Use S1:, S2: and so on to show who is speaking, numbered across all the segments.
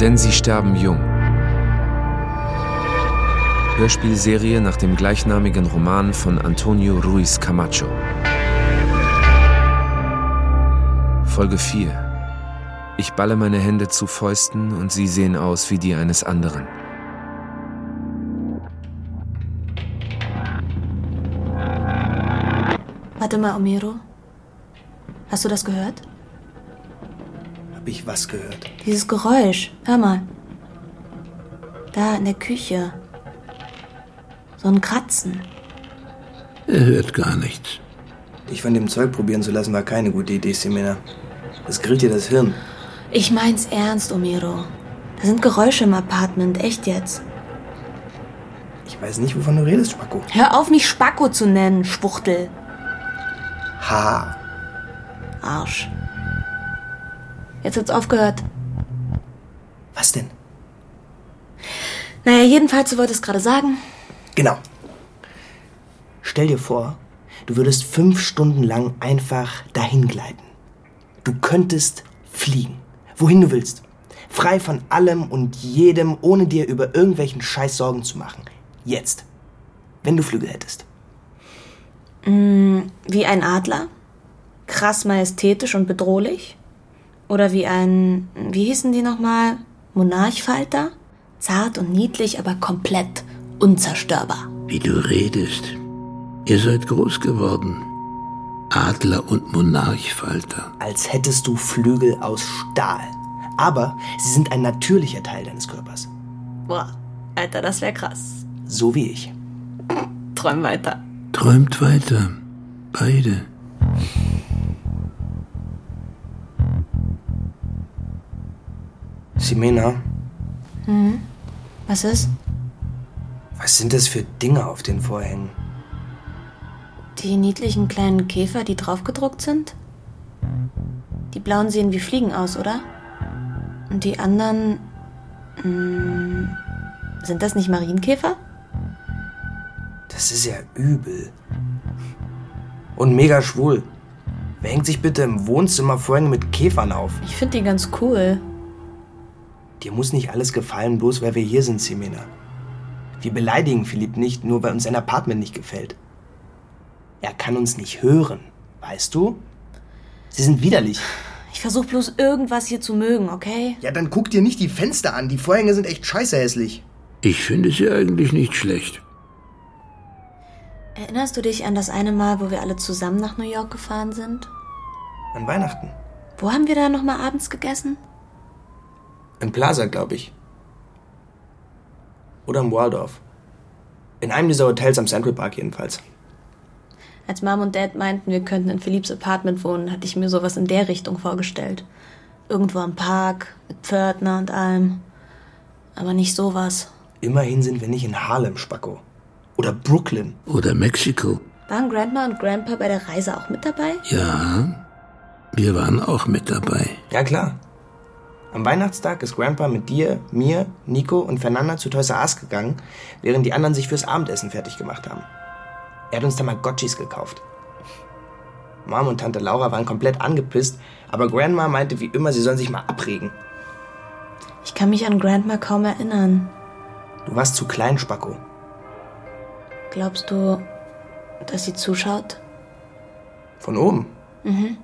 S1: Denn sie sterben jung. Hörspielserie nach dem gleichnamigen Roman von Antonio Ruiz Camacho. Folge 4. Ich balle meine Hände zu Fäusten und sie sehen aus wie die eines anderen.
S2: Warte mal, Omero. Hast du das gehört?
S3: Hab ich was gehört?
S2: Dieses Geräusch. Hör mal. Da in der Küche. So ein Kratzen.
S4: Er hört gar nichts.
S3: Dich von dem Zeug probieren zu lassen war keine gute Idee, Semena. Das grillt dir das Hirn.
S2: Ich mein's ernst, Omero. Da sind Geräusche im Apartment. Echt jetzt.
S3: Ich weiß nicht, wovon du redest, Spacko.
S2: Hör auf, mich Spacko zu nennen, Schwuchtel.
S3: Ha.
S2: Arsch. Jetzt hat's aufgehört.
S3: Was denn?
S2: Naja, jedenfalls, du wolltest gerade sagen.
S3: Genau. Stell dir vor, du würdest fünf Stunden lang einfach dahin gleiten. Du könntest fliegen. Wohin du willst. Frei von allem und jedem, ohne dir über irgendwelchen Scheiß Sorgen zu machen. Jetzt. Wenn du Flügel hättest.
S2: Wie ein Adler? Krass majestätisch und bedrohlich? Oder wie ein, wie hießen die nochmal? Monarchfalter? Zart und niedlich, aber komplett unzerstörbar.
S4: Wie du redest. Ihr seid groß geworden. Adler und Monarchfalter.
S3: Als hättest du Flügel aus Stahl. Aber sie sind ein natürlicher Teil deines Körpers.
S2: Boah, Alter, das wäre krass.
S3: So wie ich.
S2: Träum weiter.
S4: Träumt weiter. Beide.
S3: Simena,
S2: Was ist?
S3: was sind das für Dinge auf den Vorhängen?
S2: Die niedlichen kleinen Käfer, die draufgedruckt sind? Die blauen sehen wie Fliegen aus, oder? Und die anderen. mm, sind das nicht Marienkäfer?
S3: Das ist ja übel. Und mega schwul. Wer hängt sich bitte im Wohnzimmer Vorhänge mit Käfern auf?
S2: Ich finde die ganz cool.
S3: Dir muss nicht alles gefallen, bloß weil wir hier sind, Semena. Wir beleidigen Philipp nicht, nur weil uns sein Apartment nicht gefällt. Er kann uns nicht hören, weißt du? Sie sind widerlich.
S2: Ich versuche bloß irgendwas hier zu mögen, okay?
S3: Ja, dann guck dir nicht die Fenster an. Die Vorhänge sind echt scheiße hässlich.
S4: Ich finde sie eigentlich nicht schlecht.
S2: Erinnerst du dich an das eine Mal, wo wir alle zusammen nach New York gefahren sind?
S3: An Weihnachten.
S2: Wo haben wir da nochmal abends gegessen?
S3: Im Plaza, glaube ich. Oder im Waldorf. In einem dieser Hotels am Central Park jedenfalls.
S2: Als Mom und Dad meinten, wir könnten in Philipps Apartment wohnen, hatte ich mir sowas in der Richtung vorgestellt. Irgendwo am Park, mit Pförtner und allem. Aber nicht sowas.
S3: Immerhin sind wir nicht in Harlem, Spacko. Oder Brooklyn.
S4: Oder Mexiko.
S2: Waren Grandma und Grandpa bei der Reise auch mit dabei?
S4: Ja, wir waren auch mit dabei.
S3: Ja, klar. Am Weihnachtstag ist Grandpa mit dir, mir, Nico und Fernanda zu Toys R Us gegangen, während die anderen sich fürs Abendessen fertig gemacht haben. Er hat uns Tamagotchis gekauft. Mom und Tante Laura waren komplett angepisst, aber Grandma meinte wie immer, sie sollen sich mal abregen.
S2: Ich kann mich an Grandma kaum erinnern.
S3: Du warst zu klein, Spacko.
S2: Glaubst du, dass sie zuschaut?
S3: Von oben? Mhm.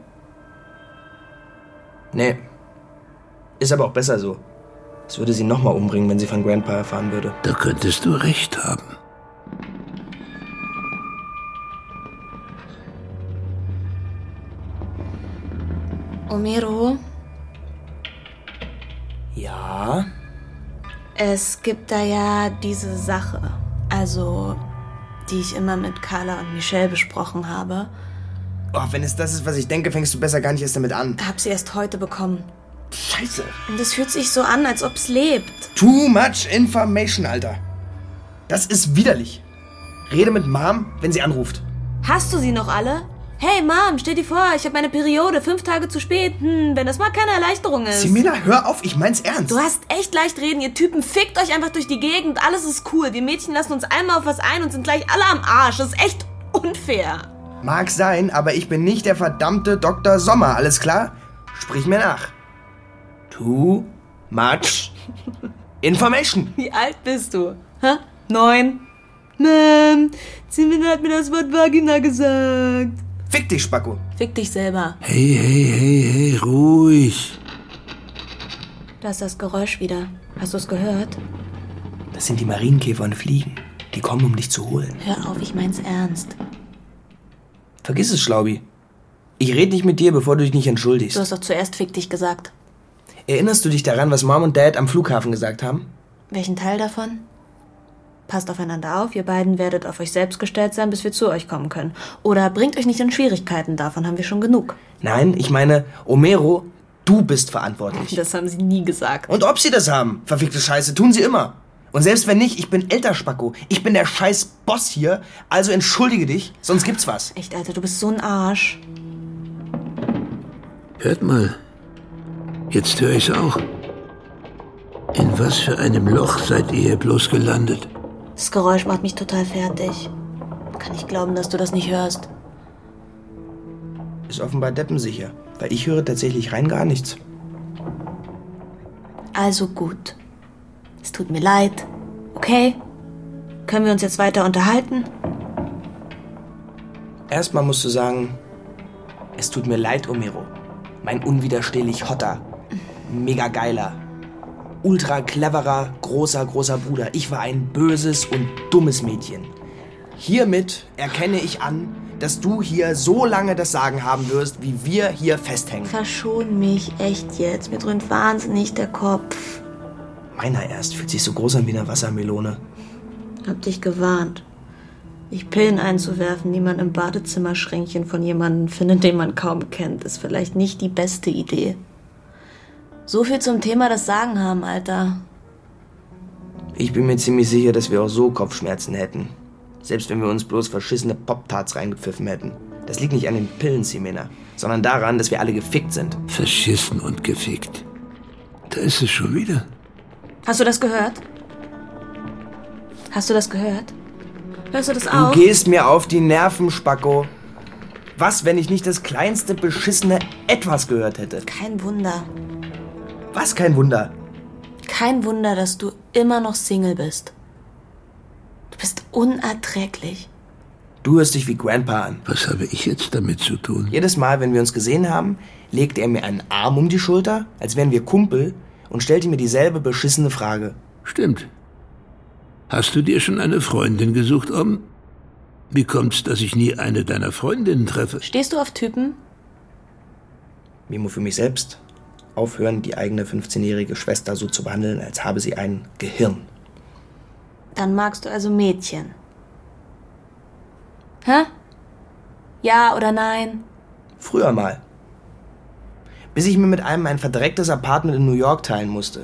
S3: Nee. Ist aber auch besser so. Es würde sie nochmal umbringen, wenn sie von Grandpa erfahren würde.
S4: Da könntest du recht haben.
S2: Omero,
S3: Ja.
S2: es gibt da ja diese Sache. Also, die ich immer mit Carla und Michelle besprochen habe.
S3: Oh, wenn es das ist, was ich denke, fängst du besser gar nicht erst damit an.
S2: Hab sie erst heute bekommen.
S3: Scheiße.
S2: Und es fühlt sich so an, als ob's lebt.
S3: Too much information, Alter. Das ist widerlich. Rede mit Mom, wenn sie anruft.
S2: Hast du sie noch alle? Hey Mom, stell dir vor, ich habe meine Periode fünf Tage zu spät. Hm, wenn das mal keine Erleichterung ist.
S3: Simena, hör auf, ich mein's ernst.
S2: Du hast echt leicht reden, ihr Typen fickt euch einfach durch die Gegend, alles ist cool. Wir Mädchen lassen uns einmal auf was ein und sind gleich alle am Arsch. Das ist echt unfair.
S3: Mag sein, aber ich bin nicht der verdammte Dr. Sommer, alles klar? Sprich mir nach. Too much Information!
S2: Wie alt bist du? Hä? Neun? Mom, Simon hat mir das Wort Vagina gesagt.
S3: Fick dich, Spacko!
S2: Fick dich selber.
S4: Hey, hey, hey, hey, ruhig.
S2: Da ist das Geräusch wieder. Hast du es gehört?
S3: Das sind die Marienkäfer und Fliegen. Die kommen, um dich zu holen.
S2: Hör auf, ich mein's ernst.
S3: Vergiss es, Schlaubi. Ich rede nicht mit dir, bevor du dich nicht
S2: Du
S3: entschuldigst.
S2: hast doch zuerst Fick dich gesagt.
S3: Erinnerst du dich daran, was Mom und Dad am Flughafen gesagt haben?
S2: Welchen Teil davon? Passt aufeinander auf, ihr beiden werdet auf euch selbst gestellt sein, bis wir zu euch kommen können. Oder bringt euch nicht in Schwierigkeiten, davon haben wir schon genug.
S3: Nein, ich meine, Omero, du bist verantwortlich.
S2: Das haben sie nie gesagt.
S3: Und ob sie das haben, verfickte Scheiße, tun sie immer. Und selbst wenn nicht, ich bin älter Spacko. Ich bin der scheiß Boss hier, also entschuldige dich, sonst gibt's was.
S2: Echt, Alter, du bist so ein Arsch.
S4: Hört mal. Jetzt höre ich's auch. In was für einem Loch seid ihr hier bloß gelandet?
S2: Das Geräusch macht mich total fertig. Kann ich glauben, dass du das nicht hörst.
S3: Ist offenbar deppensicher, weil ich höre tatsächlich rein gar nichts.
S2: Also gut. Es tut mir leid. Okay? Können wir uns jetzt weiter unterhalten?
S3: Erstmal musst du sagen, es tut mir leid, Omero. Mein unwiderstehlich hotter, mega geiler, ultra cleverer, großer, großer Bruder. Ich war ein böses und dummes Mädchen. Hiermit erkenne ich an, dass du hier so lange das Sagen haben wirst, wie wir hier festhängen.
S2: Verschon mich echt jetzt. Mir dröhnt wahnsinnig der Kopf.
S3: Meiner erst fühlt sich so groß an wie eine Wassermelone.
S2: Hab dich gewarnt. Nicht Pillen einzuwerfen, die man im Badezimmerschränkchen von jemandem findet, den man kaum kennt, ist vielleicht nicht die beste Idee. So viel zum Thema das Sagen haben, Alter.
S3: Ich bin mir ziemlich sicher, dass wir auch so Kopfschmerzen hätten. Selbst wenn wir uns bloß verschissene Pop-Tarts reingepfiffen hätten. Das liegt nicht an den Pillen, Simena, sondern daran, dass wir alle gefickt sind.
S4: Verschissen und gefickt. Da ist es schon wieder.
S2: Hast du das gehört? Hast du das gehört? Hörst du das
S3: Du
S2: auch?
S3: gehst mir auf die Nerven, Spacko. Was, wenn ich nicht das kleinste beschissene Etwas gehört hätte?
S2: Kein Wunder.
S3: Was, kein Wunder.
S2: Kein Wunder, dass du immer noch Single bist. Du bist unerträglich.
S3: Du hörst dich wie Grandpa an.
S4: Was habe ich jetzt damit zu tun?
S3: Jedes Mal, wenn wir uns gesehen haben, legte er mir einen Arm um die Schulter, als wären wir Kumpel, und stellte mir dieselbe beschissene Frage.
S4: Stimmt. Hast du dir schon eine Freundin gesucht, Om? Wie kommt's, dass ich nie eine deiner Freundinnen treffe?
S2: Stehst du auf Typen?
S3: Memo für mich selbst. Aufhören, die eigene 15-jährige Schwester so zu behandeln, als habe sie ein Gehirn.
S2: Dann magst du also Mädchen. Hä? Ja oder nein?
S3: Früher mal. Bis ich mir mit einem ein verdrecktes Apartment in New York teilen musste.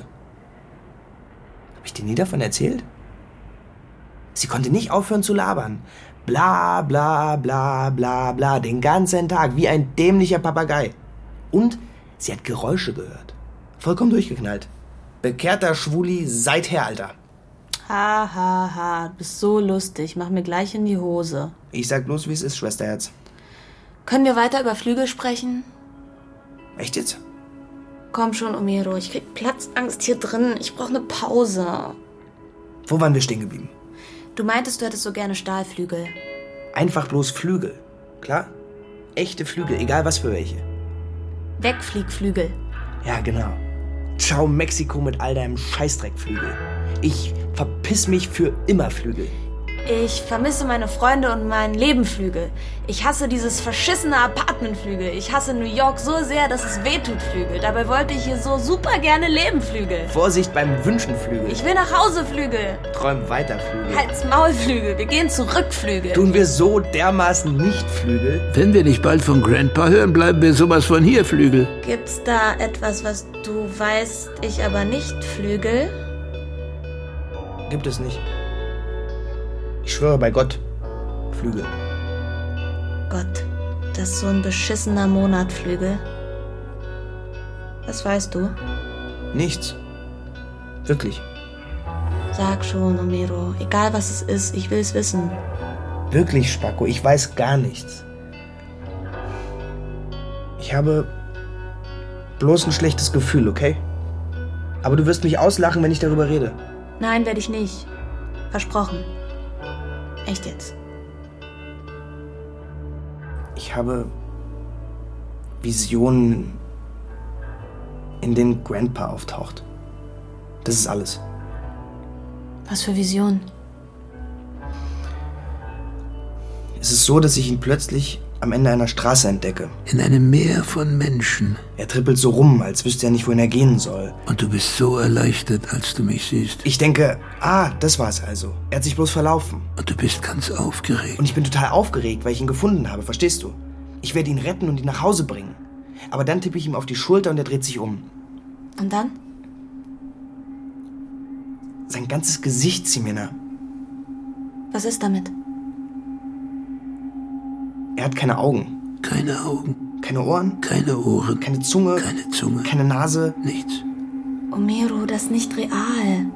S3: Hab ich dir nie davon erzählt? Sie konnte nicht aufhören zu labern. Bla bla bla bla bla, den ganzen Tag, wie ein dämlicher Papagei. Und sie hat Geräusche gehört. Vollkommen durchgeknallt. Bekehrter Schwuli seither, Alter.
S2: Ha ha ha, du bist so lustig, mach mir gleich in die Hose.
S3: Ich sag bloß, wie es ist, Schwesterherz.
S2: Können wir weiter über Flügel sprechen?
S3: Echt jetzt?
S2: Komm schon, Omero, ich krieg Platzangst hier drin. Ich brauch eine Pause.
S3: Wo waren wir stehen geblieben?
S2: Du meintest, du hättest so gerne Stahlflügel.
S3: Einfach bloß Flügel. Klar? Echte Flügel, egal was für welche.
S2: Wegfliegflügel.
S3: Ja, genau. Ciao Mexiko mit all deinem Scheißdreckflügel. Ich verpiss mich für immer Flügel.
S2: Ich vermisse meine Freunde und mein Lebenflügel. Ich hasse dieses verschissene Apartmentflügel. Ich hasse New York so sehr, dass es wehtut, Flügel. Dabei wollte ich hier so super gerne leben, Flügel.
S3: Vorsicht beim Wünschenflügel.
S2: Ich will nach Hause, Flügel.
S3: träum weiter Flügel.
S2: Halt's Maul, Flügel. Wir gehen zurück, Flügel.
S3: Tun wir so dermaßen nicht Flügel?
S4: Wenn wir nicht bald von Grandpa hören, bleiben wir sowas von hier, Flügel.
S2: Gibt's da etwas, was du weißt, ich aber nicht, Flügel?
S3: Gibt es nicht. Ich schwöre bei Gott. Flügel.
S2: Gott, das ist so ein beschissener Monat, Flügel. Was weißt du?
S3: Nichts. Wirklich.
S2: Sag schon, Omero. Egal was es ist, ich will's wissen.
S3: Wirklich, Spacko, ich weiß gar nichts. Ich habe bloß ein schlechtes Gefühl, okay? Aber du wirst mich auslachen, wenn ich darüber rede.
S2: Nein, werde ich nicht. Versprochen. Echt jetzt.
S3: Ich habe Visionen, in denen Grandpa auftaucht. Das ist alles.
S2: Was für Visionen.
S3: Es ist so, dass ich ihn plötzlich am Ende einer Straße entdecke.
S4: In einem Meer von Menschen.
S3: Er trippelt so rum, als wüsste er nicht, wohin er gehen soll.
S4: Und du bist so erleichtert, als du mich siehst.
S3: Ich denke, ah, das war's also. Er hat sich bloß verlaufen.
S4: Und du bist ganz aufgeregt.
S3: Und ich bin total aufgeregt, weil ich ihn gefunden habe, verstehst du? Ich werde ihn retten und ihn nach Hause bringen. Aber dann tippe ich ihm auf die Schulter und er dreht sich um.
S2: Und dann?
S3: Sein ganzes Gesicht, Simena.
S2: Was ist damit?
S3: Er hat keine Augen,
S4: Keine Augen,
S3: keine Ohren,
S4: keine Ohren,
S3: keine Zunge,
S4: keine Zunge,
S3: keine Nase.
S4: nichts.
S2: Omero, das ist nicht real.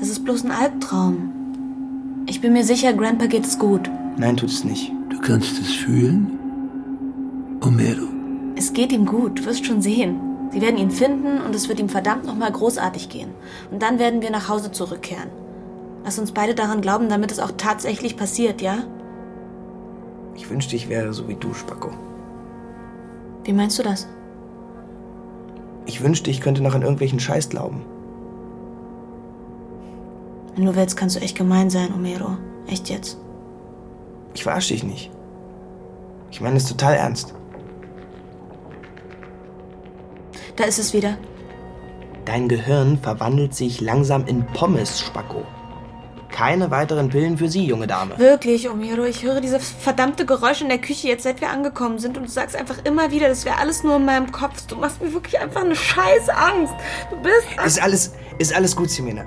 S2: Das ist bloß ein Albtraum. Ich bin mir sicher, Grandpa geht's gut.
S3: Nein, tut es nicht.
S4: Du kannst es fühlen. Omero,
S2: Es geht ihm gut, wirst schon sehen. Sie werden ihn finden und es wird ihm verdammt nochmal großartig gehen. Und dann werden wir nach Hause zurückkehren. Lass uns beide daran glauben, damit es auch tatsächlich passiert, ja?
S3: Ich wünschte, ich wäre so wie du, Spacko.
S2: Wie meinst du das?
S3: Ich wünschte, ich könnte noch an irgendwelchen Scheiß glauben.
S2: Wenn du willst, kannst du echt gemein sein, Omero. Echt jetzt.
S3: Ich verarsche dich nicht. Ich meine es total ernst.
S2: Da ist es wieder.
S3: Dein Gehirn verwandelt sich langsam in Pommes, Spacko. Keine weiteren Pillen für Sie, junge Dame.
S2: Wirklich, Omero, ich höre dieses verdammte Geräusch in der Küche jetzt, seit wir angekommen sind. Und du sagst einfach immer wieder, das wäre alles nur in meinem Kopf. Du machst mir wirklich einfach eine scheiß Angst. Du bist...
S3: Ist alles, ist alles gut, Simena.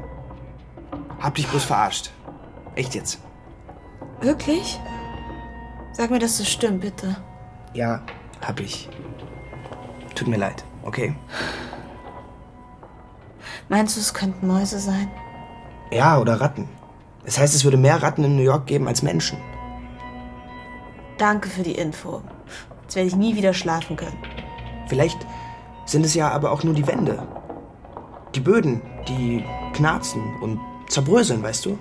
S3: Hab dich bloß verarscht. Echt jetzt.
S2: Wirklich? Sag mir, dass das stimmt, bitte.
S3: Ja, hab ich. Tut mir leid, okay?
S2: Meinst du, es könnten Mäuse sein?
S3: Ja, oder Ratten. Das heißt, es würde mehr Ratten in New York geben als Menschen.
S2: Danke für die Info. Jetzt werde ich nie wieder schlafen können.
S3: Vielleicht sind es ja aber auch nur die Wände. Die Böden, die knarzen und zerbröseln, weißt du?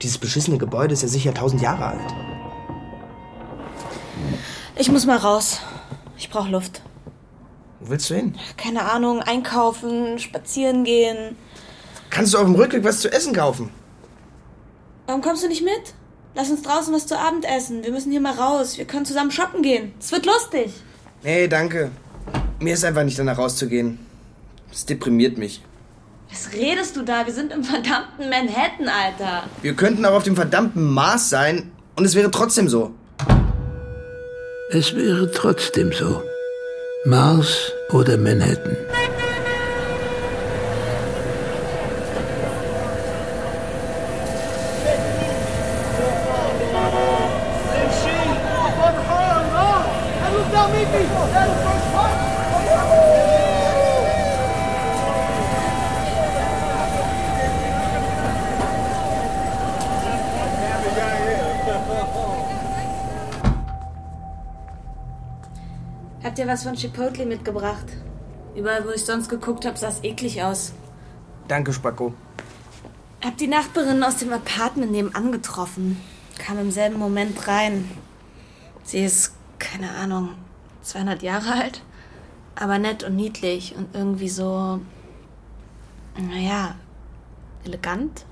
S3: Dieses beschissene Gebäude ist ja sicher tausend Jahre alt.
S2: Ich muss mal raus. Ich brauche Luft.
S3: Wo willst du hin?
S2: Keine Ahnung, einkaufen, spazieren gehen.
S3: Kannst du auf dem Rückweg was zu essen kaufen?
S2: Warum kommst du nicht mit? Lass uns draußen was zu Abend essen. Wir müssen hier mal raus. Wir können zusammen shoppen gehen. Es wird lustig.
S3: Nee, danke. Mir ist einfach nicht danach rauszugehen. Es deprimiert mich.
S2: Was redest du da? Wir sind im verdammten Manhattan, Alter.
S3: Wir könnten auch auf dem verdammten Mars sein und es wäre trotzdem so.
S4: es wäre trotzdem so. Mars oder Manhattan.
S2: Habt ihr was von Chipotle mitgebracht? Überall, wo ich sonst geguckt habe, sah es eklig aus.
S3: Danke, Spacko.
S2: Hab die Nachbarin aus dem Apartment nebenan getroffen. Kam im selben Moment rein. Sie ist, keine Ahnung, 200 Jahre alt. Aber nett und niedlich und irgendwie so. Naja, elegant.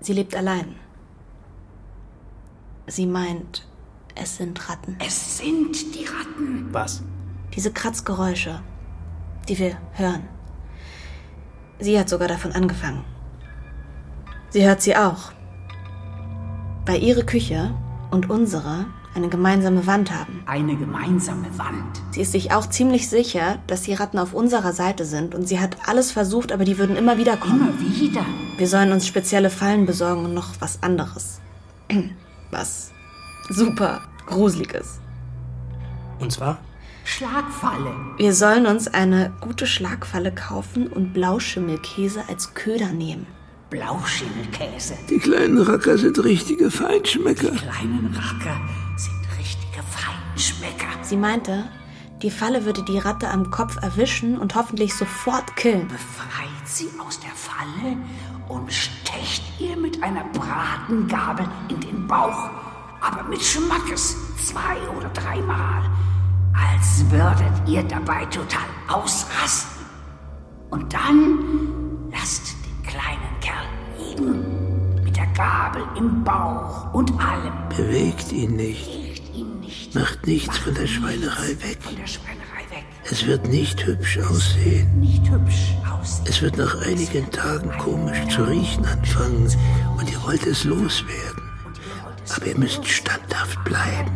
S2: Sie lebt allein. Sie meint, es sind Ratten.
S5: Es sind die Ratten.
S3: Was?
S2: Diese Kratzgeräusche, die wir hören. Sie hat sogar davon angefangen. Sie hört sie auch. Weil ihre Küche und unsere eine gemeinsame Wand haben.
S5: Eine gemeinsame Wand.
S2: Sie ist sich auch ziemlich sicher, dass die Ratten auf unserer Seite sind und sie hat alles versucht, aber die würden immer wieder kommen.
S5: Immer wieder.
S2: Wir sollen uns spezielle Fallen besorgen und noch was anderes. Was super gruseliges.
S3: Und zwar?
S5: Schlagfalle.
S2: Wir sollen uns eine gute Schlagfalle kaufen und Blauschimmelkäse als Köder nehmen.
S5: Blauschimmelkäse.
S4: Die kleinen Racker sind richtige Feinschmecker.
S5: Kleinen Racker sind richtige Feinschmecker.
S2: Sie meinte, Die Falle würde die Ratte am Kopf erwischen und hoffentlich sofort killen.
S5: Befreit sie aus der Falle und stecht ihr mit einer Bratengabel in den Bauch. Aber mit Schmackes zwei oder dreimal. Als würdet ihr dabei total ausrasten. Und dann lasst den kleinen Kerl liegen. Mit der Gabel im Bauch und allem.
S4: Bewegt ihn nicht.
S5: Legt ihn nicht
S4: Macht nichts von der Schweinerei weg.
S5: von der Schweinerei weg.
S4: Es wird nicht hübsch aussehen.
S5: Nicht hübsch aussehen.
S4: Es wird nach einigen Tagen komisch zu riechen anfangen und ihr wollt es loswerden. Aber ihr müsst standhaft bleiben.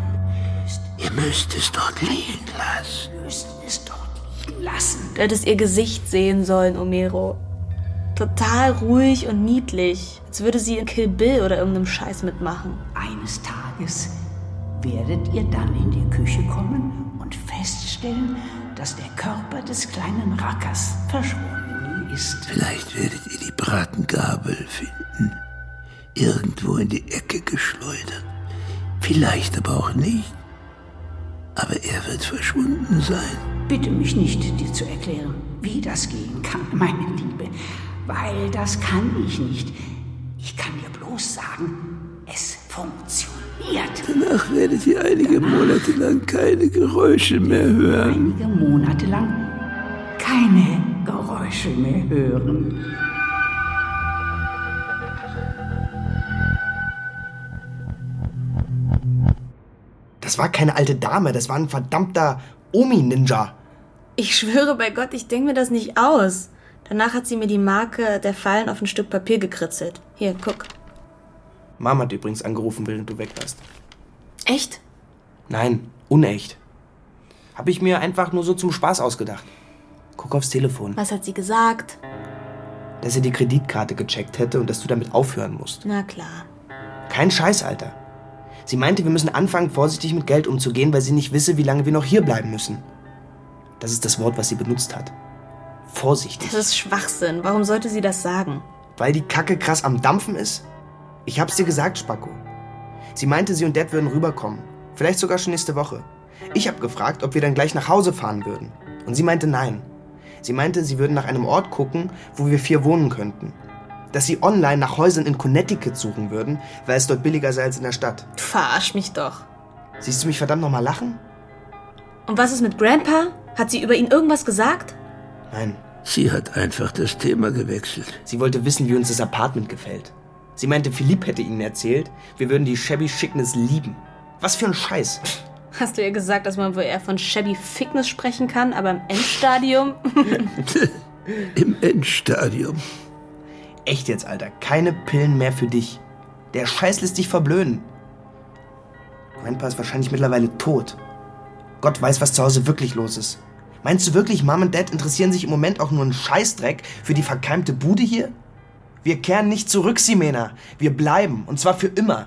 S4: Ihr müsst es dort liegen lassen.
S5: müssen es dort liegen lassen.
S2: Du hättest ihr Gesicht sehen sollen, Omero. Total ruhig und niedlich. Als würde sie in Kill Bill oder irgendeinem Scheiß mitmachen.
S5: Eines Tages werdet ihr dann in die Küche kommen und feststellen, dass der Körper des kleinen Rackers verschwunden ist.
S4: Vielleicht werdet ihr die Bratengabel finden. Irgendwo in die Ecke geschleudert. Vielleicht aber auch nicht. Aber er wird verschwunden sein.
S5: Bitte mich nicht, dir zu erklären, wie das gehen kann, meine Liebe, weil das kann ich nicht. Ich kann dir bloß sagen, es funktioniert.
S4: Danach werdet ihr einige Monate lang keine Geräusche mehr hören.
S5: Einige Monate lang keine Geräusche mehr hören.
S3: Das war keine alte Dame, das war ein verdammter Omi-Ninja.
S2: Ich schwöre bei Gott, ich denke mir das nicht aus. Danach hat sie mir die Marke der Fallen auf ein Stück Papier gekritzelt. Hier, guck.
S3: Mama hat übrigens angerufen, während du weg warst.
S2: Echt?
S3: Nein, unecht. Hab ich mir einfach nur so zum Spaß ausgedacht. Guck aufs Telefon,
S2: Was hat sie gesagt?
S3: dass er die Kreditkarte gecheckt hätte und dass du damit aufhören musst.
S2: Na klar.
S3: Kein Scheiß, Alter. Sie meinte, wir müssen anfangen, vorsichtig mit Geld umzugehen, weil sie nicht wisse, wie lange wir noch hier bleiben müssen. Das ist das Wort, was sie benutzt hat. Vorsichtig.
S2: Das ist Schwachsinn. Warum sollte sie das sagen?
S3: Weil die Kacke krass am Dampfen ist. Ich hab's dir gesagt, Spacko. Sie meinte, sie und Dad würden rüberkommen. Vielleicht sogar schon nächste Woche. Ich hab gefragt, ob wir dann gleich nach Hause fahren würden. Und sie meinte nein. Sie meinte, sie würden nach einem Ort gucken, wo wir vier wohnen könnten. Dass sie online nach Häusern in Connecticut suchen würden, weil es dort billiger sei als in der Stadt.
S2: Du verarsch mich doch.
S3: Siehst du mich verdammt nochmal lachen?
S2: Und was ist mit Grandpa? Hat sie über ihn irgendwas gesagt?
S3: Nein.
S4: Sie hat einfach das Thema gewechselt.
S3: Sie wollte wissen, wie uns das Apartment gefällt. Sie meinte, Philipp hätte ihnen erzählt, wir würden die Shabby Schickness lieben. Was für ein Scheiß.
S2: Hast du ihr gesagt, dass man wohl eher von Shabby Fickness sprechen kann, aber im Endstadium?
S4: Im Endstadium.
S3: Echt jetzt, Alter, keine Pillen mehr für dich. Der Scheiß lässt dich verblöden. Grandpa ist wahrscheinlich mittlerweile tot. Gott weiß, was zu Hause wirklich los ist. Meinst du wirklich, Mom und Dad interessieren sich im Moment auch nur einen Scheißdreck für die verkeimte Bude hier? Wir kehren nicht zurück, Simena. Wir bleiben, und zwar für immer.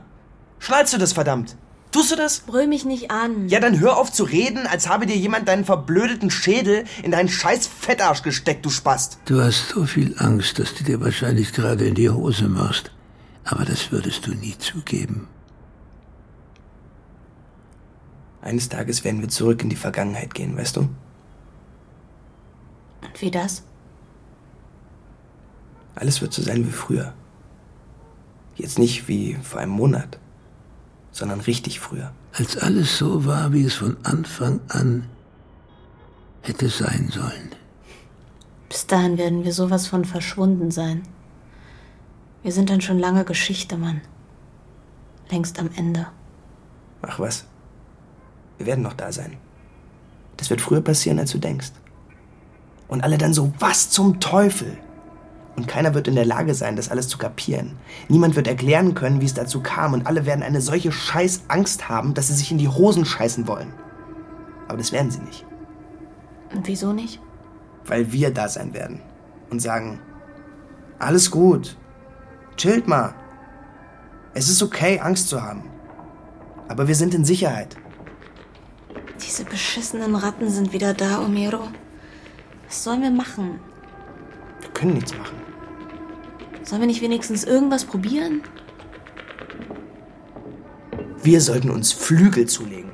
S3: Schnallst du das, verdammt? Tust du das?
S2: Brüll mich nicht an.
S3: Ja, dann hör auf zu reden, als habe dir jemand deinen verblödeten Schädel in deinen scheiß Fettarsch gesteckt, du Spast.
S4: Du hast so viel Angst, dass du dir wahrscheinlich gerade in die Hose machst. Aber das würdest du nie zugeben.
S3: Eines Tages werden wir zurück in die Vergangenheit gehen, weißt du?
S2: Und wie das?
S3: Alles wird so sein wie früher. Jetzt nicht wie vor einem Monat, sondern richtig früher.
S4: Als alles so war, wie es von Anfang an hätte sein sollen.
S2: Bis dahin werden wir sowas von verschwunden sein. Wir sind dann schon lange Geschichte, Mann. Längst am Ende.
S3: Ach was. Wir werden noch da sein. Das wird früher passieren, als du denkst. Und alle dann so, was zum Teufel? Und keiner wird in der Lage sein, das alles zu kapieren. Niemand wird erklären können, wie es dazu kam. Und alle werden eine solche Scheißangst haben, dass sie sich in die Hosen scheißen wollen. Aber das werden sie nicht.
S2: Und wieso nicht?
S3: weil wir da sein werden und sagen, alles gut, chillt mal. Es ist okay, Angst zu haben. Aber wir sind in Sicherheit.
S2: Diese beschissenen Ratten sind wieder da, Omero. Was sollen wir machen?
S3: Wir können nichts machen.
S2: Sollen wir nicht wenigstens irgendwas probieren?
S3: Wir sollten uns Flügel zulegen.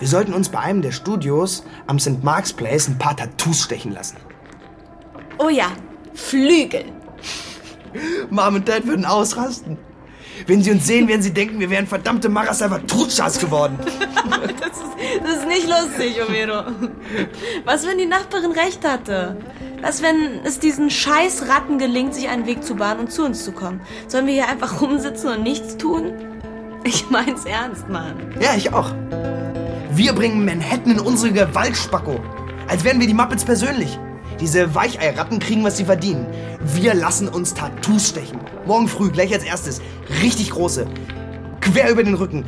S3: Wir sollten uns bei einem der Studios am St. Mark's Place ein paar Tattoos stechen lassen.
S2: Oh ja, Flügel.
S3: Mom und Dad würden ausrasten. Wenn sie uns sehen, werden sie denken, wir wären verdammte Marasalvatruchas geworden.
S2: Das ist, das ist nicht lustig, Omero. Was, wenn die Nachbarin recht hatte? Was, wenn es diesen scheiß Ratten gelingt, sich einen Weg zu bahnen und zu uns zu kommen? Sollen wir hier einfach rumsitzen und nichts tun? Ich mein's ernst, Mann.
S3: Ja, ich auch. Wir bringen Manhattan in unsere Gewalt, Spacko. Als wären wir die Muppets persönlich. Diese Weicheiratten kriegen, was sie verdienen. Wir lassen uns Tattoos stechen. Morgen früh, gleich als erstes. Richtig große. Quer über den Rücken.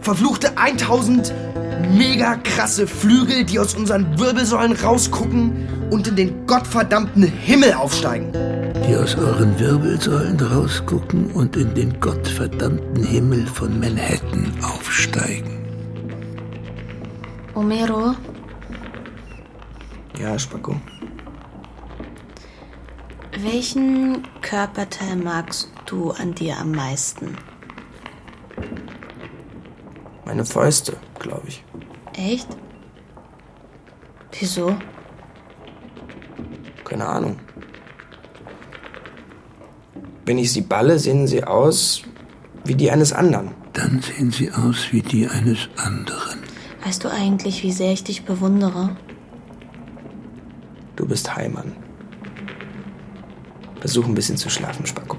S3: Verfluchte 1000 mega krasse Flügel, die aus unseren Wirbelsäulen rausgucken und in den gottverdammten Himmel aufsteigen.
S4: die aus euren Wirbelsäulen rausgucken und in den gottverdammten Himmel von Manhattan aufsteigen.
S2: Omero,
S3: Ja, Spacko.
S2: welchen Körperteil magst du an dir am meisten?
S3: Meine Fäuste, glaube ich.
S2: Echt? Wieso?
S3: Keine Ahnung. Wenn ich sie balle, sehen sie aus wie die eines anderen.
S4: Dann sehen sie aus wie die eines anderen.
S2: Weißt du eigentlich, wie sehr ich dich bewundere?
S3: Du bist Heimann. Versuch ein bisschen zu schlafen, Spacko.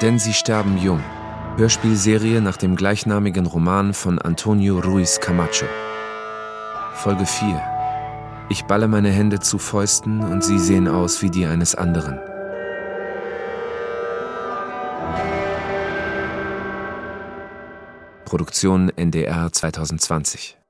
S1: Denn sie sterben jung. Hörspielserie nach dem gleichnamigen Roman von Antonio Ruiz Camacho. Folge 4. Ich balle meine Hände zu Fäusten und sie sehen aus wie die eines anderen. Produktion NDR 2020